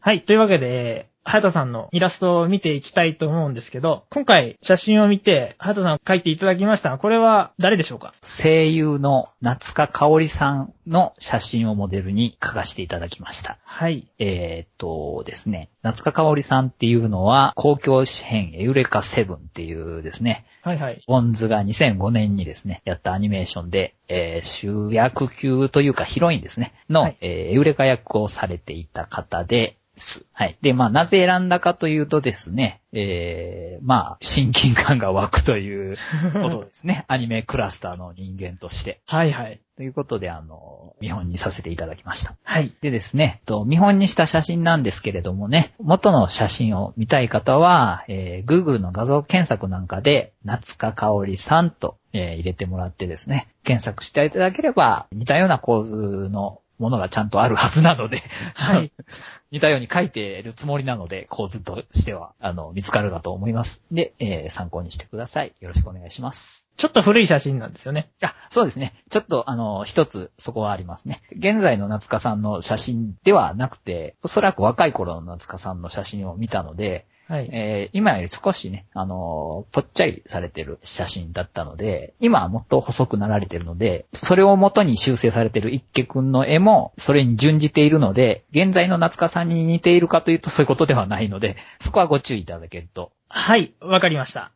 はい。というわけで、ハ田さんのイラストを見ていきたいと思うんですけど、今回写真を見て、ハ田さん描いていただきましたが、これは誰でしょうか声優の夏香香織さんの写真をモデルに書かせていただきました。はい。えーっとですね、夏香香織さんっていうのは、公共詩編エウレカセブンっていうですね、はいはい。ボンズが2005年にですね、やったアニメーションで、えー主役級というかヒロインですね、の、はいえーエウレカ役をされていた方です。はい。で、まあ、なぜ選んだかというとですね、えー、まあ、親近感が湧くということです ね。アニメクラスターの人間として。はいはい。ということで、あの、見本にさせていただきました。はい。でですね、えっと見本にした写真なんですけれどもね、元の写真を見たい方は、えー Google の画像検索なんかで、夏香香織さんと、えー入れてもらってですね、検索していただければ、似たような構図のものがちゃんとあるはずなので、はい。 似たように書いているつもりなので、構図としては、あの、見つかるかと思います。で、えー参考にしてください。よろしくお願いします。ちょっと古い写真なんですよね。あ、そうですね。ちょっと、あの、一つ、そこはありますね。現在の夏香さんの写真ではなくて、おそらく若い頃の夏香さんの写真を見たので、はい。えー今より少しね、あのーぽっちゃりされてる写真だったので、今はもっと細くなられてるので、それを元に修正されてる一家くんの絵も、それに準じているので、現在の夏香さんに似ているかというとそういうことではないので、そこはご注意いただけると。はい。わかりました。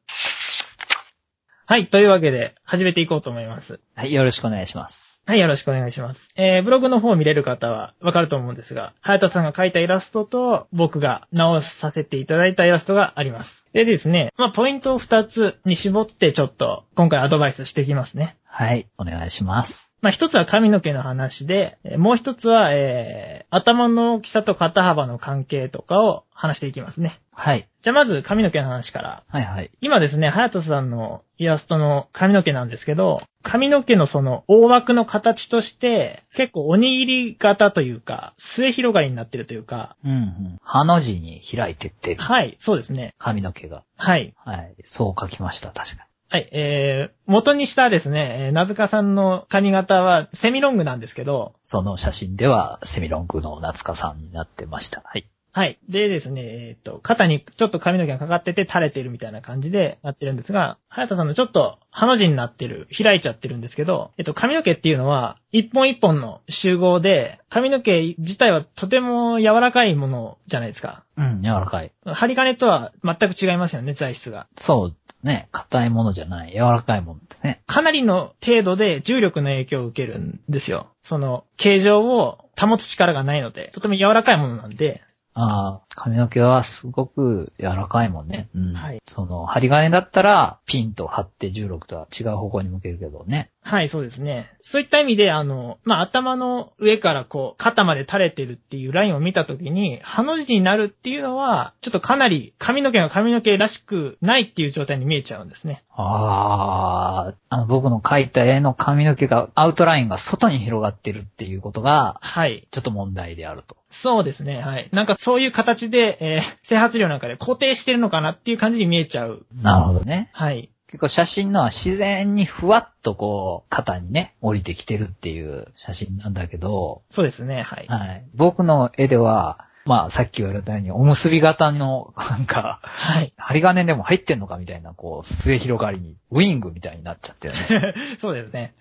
はい。というわけで、始めていこうと思います。はい、よろしくお願いします。はい、よろしくお願いします。えー、ブログの方を見れる方はわかると思うんですが、早田さんが描いたイラストと、僕が直させていただいたイラストがあります。でですね、まあ、ポイントを2つに絞ってちょっと、今回アドバイスしていきますね。はい、お願いします。まあ、一つは髪の毛の話で、えーもう一つは、えー、頭の大きさと肩幅の関係とかを話していきますね。はい、じゃあまず髪の毛の話からはい、はい。今ですね、早田さんのイラストの髪の毛なんですけど、髪の毛のその大枠の形として、結構おにぎり型というか、末広がりになってるというか、うんうん。ハの字に開いてってるはい、そうですね。髪の毛が。はい。はい。そう書きました、確かはい、えー、元にしたですね、えー、なずかさんの髪型はセミロングなんですけど、その写真ではセミロングの夏香さんになってました。はい。はい。でですね、えっ、と、肩にちょっと髪の毛がかかってて垂れてるみたいな感じでなってるんですが、早田さんのちょっと、ハの字になってる、開いちゃってるんですけど、えっと、髪の毛っていうのは、一本一本の集合で、髪の毛自体はとても柔らかいものじゃないですか。うん、柔らかい。針金とは全く違いますよね、材質が。そうですね。硬いものじゃない。柔らかいものですね。かなりの程度で重力の影響を受けるんですよ。その、形状を保つ力がないので、とても柔らかいものなんで、ああ、髪の毛はすごく柔らかいもんね。うん。はいその、針金だったら、ピンと張って16とは違う方向に向けるけどね。はい、そうですね。そういった意味で、あの、まあ、頭の上からこう、肩まで垂れてるっていうラインを見たときに、ハの字になるっていうのは、ちょっとかなり髪の毛が髪の毛らしくないっていう状態に見えちゃうんですね。あーあの、僕の描いた絵の髪の毛が、アウトラインが外に広がってるっていうことが、はい。ちょっと問題であると。そうですね、はい。なんかそういう形で、えー、整髪量なんかで固定してるのかなっていう感じに見えちゃう。なるほどね。はい。結構写真のは自然にふわっとこう、肩にね、降りてきてるっていう写真なんだけど、そうですね、はい。はい。僕の絵では、まあ、さっき言われたように、おむすび型の、なんか、 はい。針金でも入ってんのかみたいな、こう、末広がりに、ウィングみたいになっちゃってるね。そうですね。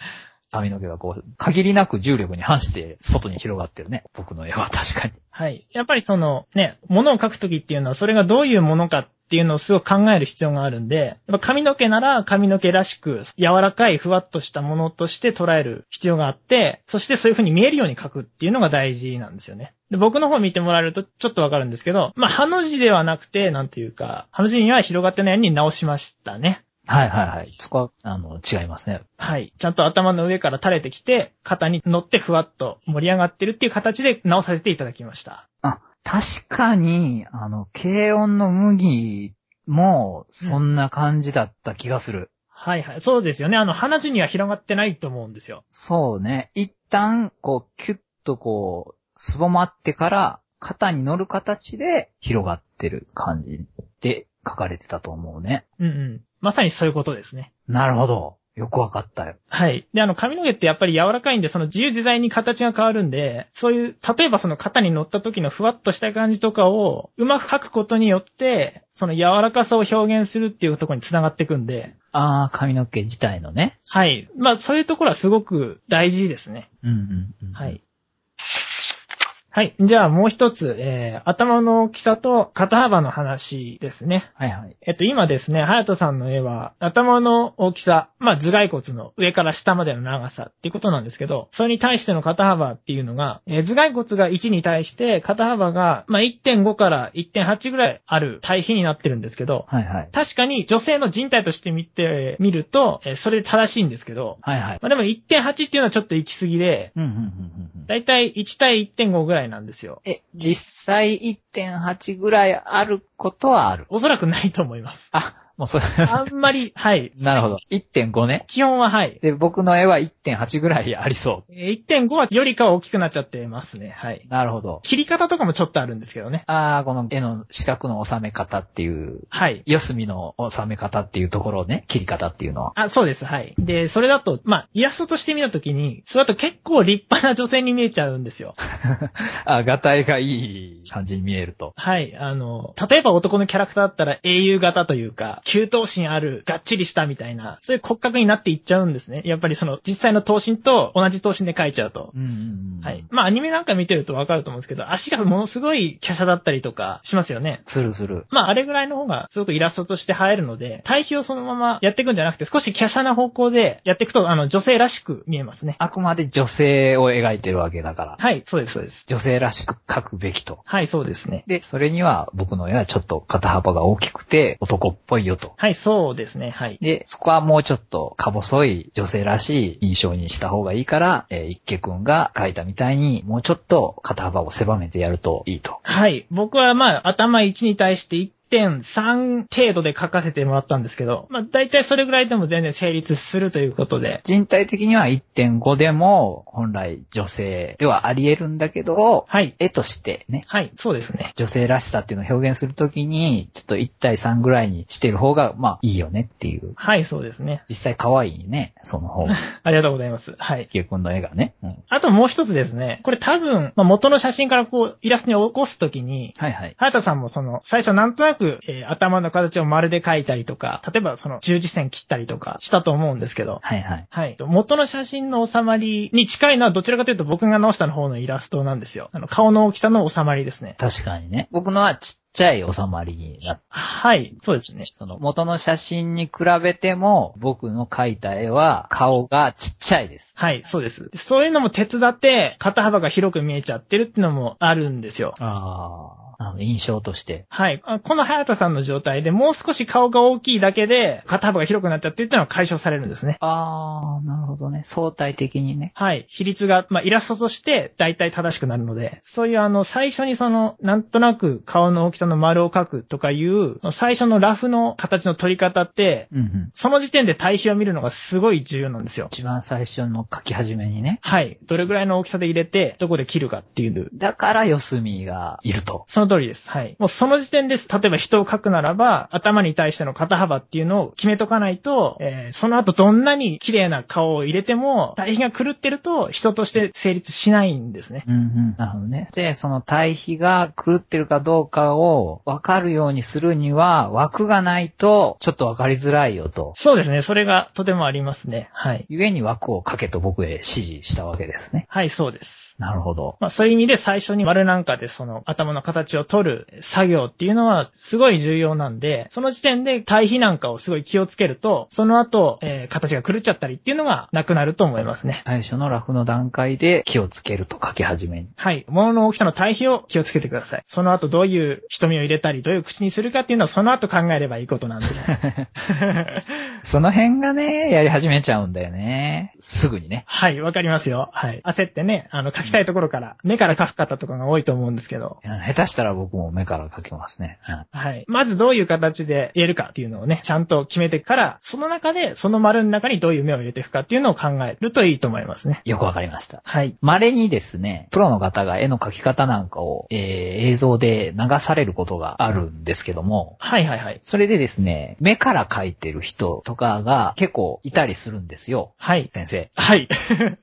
髪の毛がこう、限りなく重力に反して、外に広がってるね。僕の絵は確かに。はい。やっぱりそのね、ものを書くときっていうのはそれがどういうものかっていうのをすごく考える必要があるんで、やっぱ髪の毛なら髪の毛らしく柔らかいふわっとしたものとして捉える必要があって、そしてそういう風に見えるように書くっていうのが大事なんですよね。で僕の方見てもらえるとちょっとわかるんですけど、まあ、ハの字ではなくて、なんていうか、ハの字には広がってないように直しましたね。はいはいはい。そこは、あの、違いますね。はい。ちゃんと頭の上から垂れてきて、肩に乗ってふわっと盛り上がってるっていう形で直させていただきました。あ、確かに、あの、軽音の麦も、そんな感じだった気がする。はいはい。そうですよね。あの、話には広がってないと思うんですよ。そうね。一旦、こう、キュッとこう、すぼまってから、肩に乗る形で広がってる感じで書かれてたと思うね。うんうん。まさにそういうことですね。なるほど。よくわかったよ。はい。で、あの、髪の毛ってやっぱり柔らかいんで、その自由自在に形が変わるんで、そういう、例えばその肩に乗った時のふわっとした感じとかを、うまく描くことによって、その柔らかさを表現するっていうところに繋がっていくんで、あー、髪の毛自体のね。はい。まあ、そういうところはすごく大事ですね。うんうん、うん。は。い。はい。じゃあもう一つ、えー、頭の大きさと肩幅の話ですね。はいはい。えっと、今ですね、ハヤトさんの絵は、頭の大きさ、まあ、頭蓋骨の上から下までの長さっていうことなんですけど、それに対しての肩幅っていうのが、えー頭蓋骨が1に対して、肩幅が、まあ、1.5から1.8ぐらいある対比になってるんですけど、はいはい。確かに女性の人体として見てみると、えーそれで正しいんですけど、はいはい。まあ、でも1.8っていうのはちょっと行き過ぎで、うんうんうんうんうん。だいたい1対1.5ぐらいなんですよ。え、実際1.8ぐらいあることはある。。おそらくないと思います あ、もうそれ、あんまり、はい。なるほど。1.5ね。基本ははい。で、僕の絵は1.8ぐらいありそ。。えー1.5はよりかは大きくなっちゃってますね。はいうなるほど。切り方とかもちょっとあるんですけどね。ああ、この絵の四角の収め方っていう、はい。四隅の収め方っていうところをね、切り方っていうのは。あ、そうです。はい。で、それだと、まあ、イラストとして見たときに、それだと結構立派な女性に見えちゃうんですよ。あ、画体がいい感じに見えると。はい。あの、例えば男のキャラクターだったら英雄型というか、急頭身ある、がっちりしたみたいな、そういう骨格になっていっちゃうんですね。やっぱりその、実際の頭身と同じ頭身で描いちゃうと。うんうんうん。はい。。まあ、アニメなんか見てるとわかると思うんですけど、足がものすごい華奢だったりとかしますよね。するする。まあ、あれぐらいの方がすごくイラストとして映えるので、対比をそのままやっていくんじゃなくて、少し華奢な方向でやっていくと、あの、女性らしく見えますね。あくまで女性を描いてるわけだから。はい、そうです、そうです。女性らしく描くべきと。はい、そうですね。で、それには僕の絵はちょっと肩幅が大きくて男っぽいよと。はい、そうですね、はい。で、そこはもうちょっとか細い女性らしい印象にした方がいいから、えー、一家くんが描いたみたいに、もうちょっと肩幅を狭めてやるといいと。はい、僕はまあ、頭1に対して1.3程度で書かせてもらったんですけど、まあ、大体それぐらいでも全然成立するということで、人体的には1.5でも本来女性ではあり得るんだけど、はい、絵としてね、はい、そうですね。女性らしさっていうのを表現するときに、ちょっと1対3ぐらいにしてる方が、まあいいよねっていう。はい、そうですね。実際可愛いね、その方が。ありがとうございます。はい。キ君の絵がね。うんあともう一つですね。これ多分、まあ、元の写真からこう、イラストに起こすときに、はいはい。ハヤタさんもその、最初なんとなく、えー頭の形を丸で描いたりとか、例えばその十字線切ったりとかしたと思うんですけど、はいはい。はい。元の写真の収まりに近いのはどちらかというと僕が直した方のイラストなんですよ。あの、顔の大きさの収まりですね。確かにね。僕のはちっちゃい収まりになって、はい。そうですね。その元の写真に比べても、僕の描いた絵は顔がちっちゃいです。はい、そうです。そういうのも手伝って、肩幅が広く見えちゃってるっていうのもあるんですよ。ああの、印象として。はい。あこの早田さんの状態でもう少し顔が大きいだけで、肩幅が広くなっちゃってるっていうのは解消されるんですね。あー、なるほどね。相対的にね。はい。比率が、まあ、イラストとして大体正しくなるので、そういうあの、最初にその、なんとなく顔の大きさの丸を描くとかいう、最初のラフの形の取り方って、うんうん。その時点で対比を見るのがすごい重要なんですよ。一番最初の書き始めにね。はい。どれぐらいの大きさで入れて、どこで切るかっていう。だから、四隅がいると。その通りです。はい。もうその時点です。例えば人を描くならば、頭に対しての肩幅っていうのを決めとかないと、えーその後どんなに綺麗な顔を入れても、対比が狂ってると人として成立しないんですね。うんうん。なるほどね。で、その対比が狂ってるかどうかを分かるようにするには、枠がないと、ちょっと分かりづらいよと。そうですね。それがとてもありますね。はい。ゆえに枠をかけと僕へ指示したわけですね。はい、そうです。なるほど。まあそういう意味で最初に丸なんかでその頭の形を取る作業っていうのはすごい重要なんで、その時点で対比なんかをすごい気をつけると、その後、えー形が狂っちゃったりっていうのがなくなると思いますね。最初のラフの段階で気をつけると書き始めに。はい。物の大きさの対比を気をつけてください。その後どういう瞳を入れたり、どういう口にするかっていうのはその後考えればいいことなんで。その辺がね、やり始めちゃうんだよね。すぐにね。はい、わかりますよ。はい。焦ってね、あの、書きたいところから、目から書く方とかが多いと思うんですけど、うん下手したら僕も目からかけますね。うんはい。まずどういう形で入れるかっていうのをね、ちゃんと決めてから、その中で、その丸の中にどういう目を入れていくかっていうのを考えるといいと思いますね。よくわかりました。はい。稀にですね、プロの方が絵の描き方なんかを、えー映像で流されることがあるんですけども、はいはいはい。それでですね、目から描いてる人とかが結構いたりするんですよ、はい。先生。はい。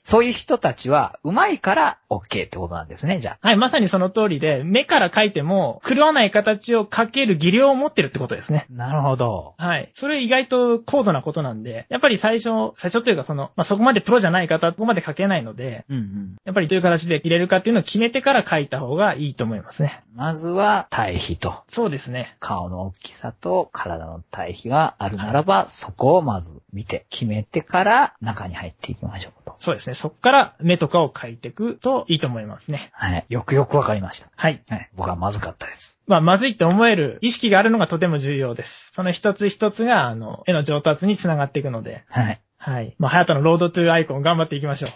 そういう人たちは上手いから OK ってことなんですね、じゃあ。はい、まさにその通りで、目から描いても、狂わない形を描ける技量を持ってるってことですね。なるほど。はい。それ意外と高度なことなんで、やっぱり最初、最初というかその、まあ、そこまでプロじゃない方、そこまで描けないので、うんうん。やっぱりどういう形で入れるかっていうのを決めてから描いた方がいいと思いますね。まずは対比と。そうですね。顔の大きさと体の対比があるならば、そこをまず見て、決めてから中に入っていきましょうと。そうですね。そこから目とかを描いていくといいと思いますね。はい。よくよくわかりました。はい。はい。僕はまずかったです。まあ、まずいって思える意識があるのがとても重要です。その一つ一つが、あの、絵の上達につながっていくので、はい。はい。まあ、ハヤトのロードトゥーアイコン頑張っていきましょう。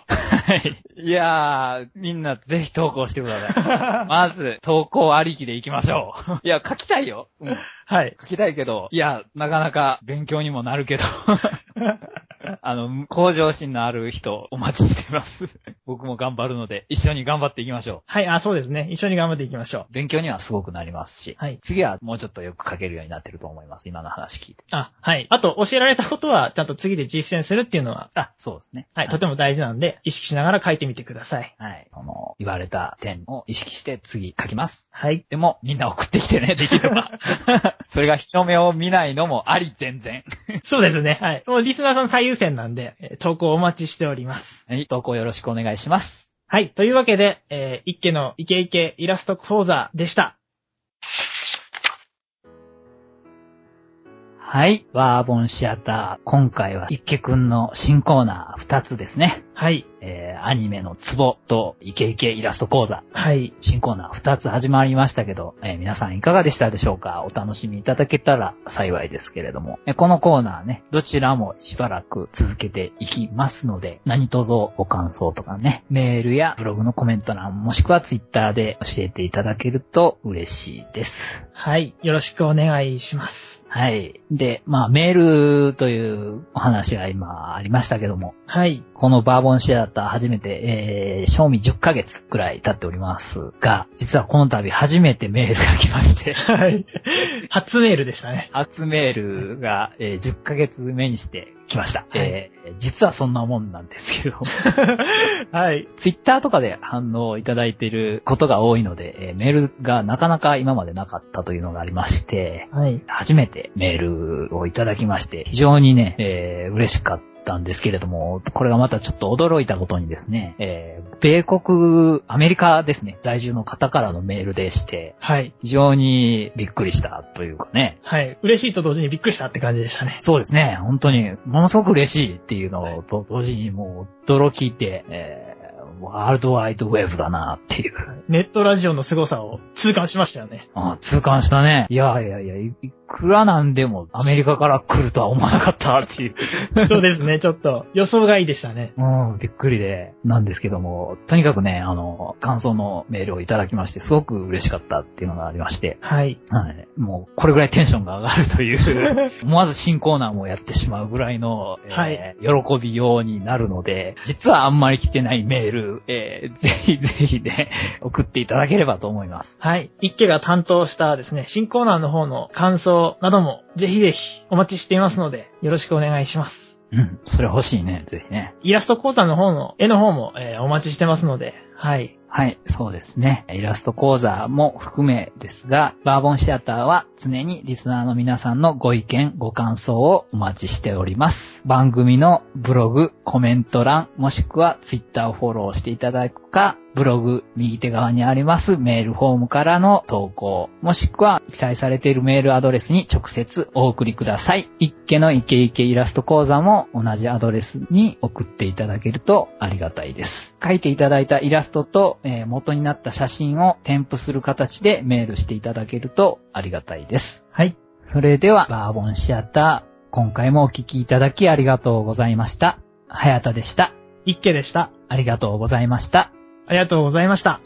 いやー、みんなぜひ投稿してください。まず、投稿ありきでいきましょ う。いや、書きたいよ。うん。はい。書きたいけど、いや、なかなか勉強にもなる けど。あの、向上心のある人、お待ちしてます。 僕も頑張るので、一緒に頑張っていきましょはい、あ、そうですね。一緒に頑張っていきましょう。う。勉強にはすごくなりますし、はい次はもうちょっとよく書けるようになってると思います。今の話聞いて。あ、はい。あと、教えられたことは、ちゃんと次で実践するっていうのは、あ、そうですね。はい、とても大事なんで、意識しながら書いてみてください。はい。その、言われた点を意識して次書きます。はい。でも、みんな送ってきてね、できれ ば。それが日の目を見ないのもあり、全然。そうですね。はい。もうリスナーさん最優先なんで、えー投稿お待ちしております。はい。投稿よろしくお願いします。はい。というわけで、えー、一家のイケイケイラスト講座でした。はい。ワーボンシアター。今回は、イッケくんの新コーナー2つですね。はい。えー、アニメのツボとイケイケイラスト講座。はい。新コーナー2つ始まりましたけど、えー皆さんいかがでしたでしょうかお楽しみいただけたら幸いですけれども。えーこのコーナーね、どちらもしばらく続けていきますので、何卒ご感想とかね、メールやブログのコメント欄、もしくはツイッターで教えていただけると嬉しいです。はい。よろしくお願いします。はい。で、まあ、メールというお話が今ありましたけども、はい。このバーボンシアター初めて、えー、賞味10ヶ月くらい経っておりますが、実はこの度初めてメールが来まして、 はい。 初メールでしたね。初メールが、えー10ヶ月目にして来ました。はいえー実はそんなもんなんですけど、 はい。ツイッターとかで反応いただいていることが多いので、えーメールがなかなか今までなかったというのがありまして、はい。初めてメールをいただきまして、非常にね、えー嬉しかったんですけれども、これがまたちょっと驚いたことにですね、えー米国、アメリカですね、在住の方からのメールでして、はい。非常にびっくりしたというかね、はい。嬉しいと同時にびっくりしたって感じでしたね。そうですね、本当にものすごく嬉しいっていうのと同時にもう驚きで、えーワールドワイドウェブだなっていう。ネットラジオの凄さを痛感しましたよ ね。うん、痛感したね。いやいやいや、いいくらなんでもアメリカから来るとは思わなかったっていう。そうですね、ちょっと予想外でしたね。うん、びっくりで、なんですけども、とにかくね、あの、感想のメールをいただきまして、すごく嬉しかったっていうのがありまして、はい。はい。もう、これぐらいテンションが上がるという、思わず新コーナーもやってしまうぐらいの、えーはい喜びようになるので、実はあんまり来てないメール、えーぜひぜひね、送っていただければと思います。はい。一家が担当したですね、新コーナーの方の感想なども、ぜひぜひお待ちしていますので、よろしくお願いします。うん、それ欲しいね、ぜひね。イラスト講座の方の、絵の方も、えーお待ちしてますので、はい。はい、そうですね。イラスト講座も含めですが、バーボンシアターは常にリスナーの皆さんのご意見、ご感想をお待ちしております。番組のブログ、コメント欄、もしくはツイッターをフォローしていただくか、ブログ右手側にありますメールフォームからの投稿、もしくは記載されているメールアドレスに直接お送りください。一家のイケイケイラスト講座も同じアドレスに送っていただけるとありがたいです。書いていただいたイラストと、えー元になった写真を添付する形でメールしていただけるとありがたいです。はい。それでは、バーボンシアター、今回もお聞きいただきありがとうございました。早田でした。一家でした。ありがとうございました。ありがとうございました。